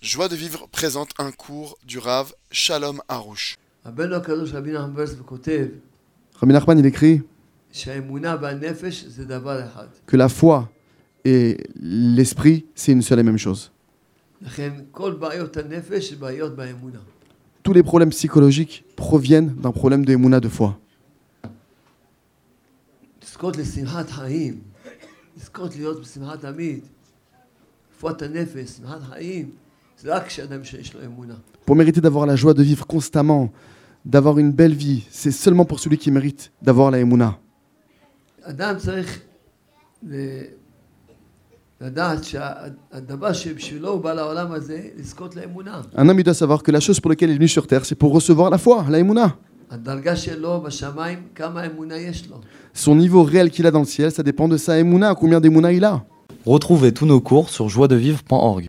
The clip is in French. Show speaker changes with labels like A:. A: Joie de vivre présente un cours du Rav Shalom Harouche.
B: הבן הקדוש רבי נחמן ברסלב כותב
C: Rabbi Nachman, il écrit
B: שהאמונה והנפש זה דבר אחד.
C: que la foi et l'esprit, c'est une seule et même chose.
B: לכן כל בעיות הנפש הן בעיות באמונה.
C: Tous les problèmes psychologiques proviennent d'un problème de émouna de foi.
B: לזכות לשמחת חיים, לזכות להיות בשמחת תמיד. רפואת הנפש, שמחת חיים, זה רק כשאדם שיש לו אמונה.
C: Pour mériter d'avoir la joie de vivre constamment, d'avoir une belle vie, c'est seulement pour celui qui mérite d'avoir la émouna.
B: אדם צריך ל- לדעת שהדבר שבשבילו הוא בא לעולם הזה, לזכות לאמונה.
C: Un homme il doit savoir que la chose pour laquelle il est venu sur terre, c'est pour recevoir la foi, la émouna.
B: הדרגה שלו בשמיים, כמה אמונה יש לו.
C: Son niveau réel qu'il a dans le ciel, ça dépend de sa émouna, combien d'émouna il a.
D: Retrouvez tous nos cours sur joiedevivre.org.